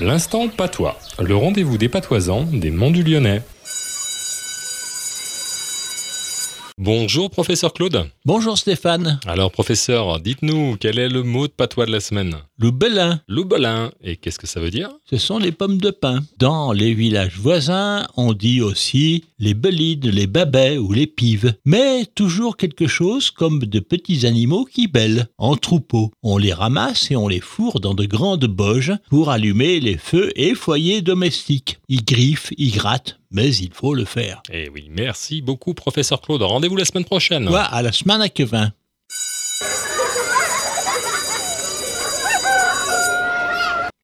L'instant patois, le rendez-vous des patoisans des Monts du Lyonnais. Bonjour professeur Claude. Bonjour Stéphane, Alors professeur, dites-nous quel est le mot de patois de la semaine le belin, Loubolin. Et qu'est-ce que ça veut dire ce sont les pommes de pin. Dans les villages voisins, on dit aussi les belides, les babets ou les pives. Mais toujours quelque chose comme de petits animaux qui bêlent, en troupeau. On les ramasse et on les fourre dans de grandes boges pour allumer les feux et foyers domestiques. Ils griffent, ils grattent, mais il faut le faire. Eh oui, merci beaucoup professeur Claude. Rendez-vous la semaine prochaine. Voilà, à la semaine à Quevin.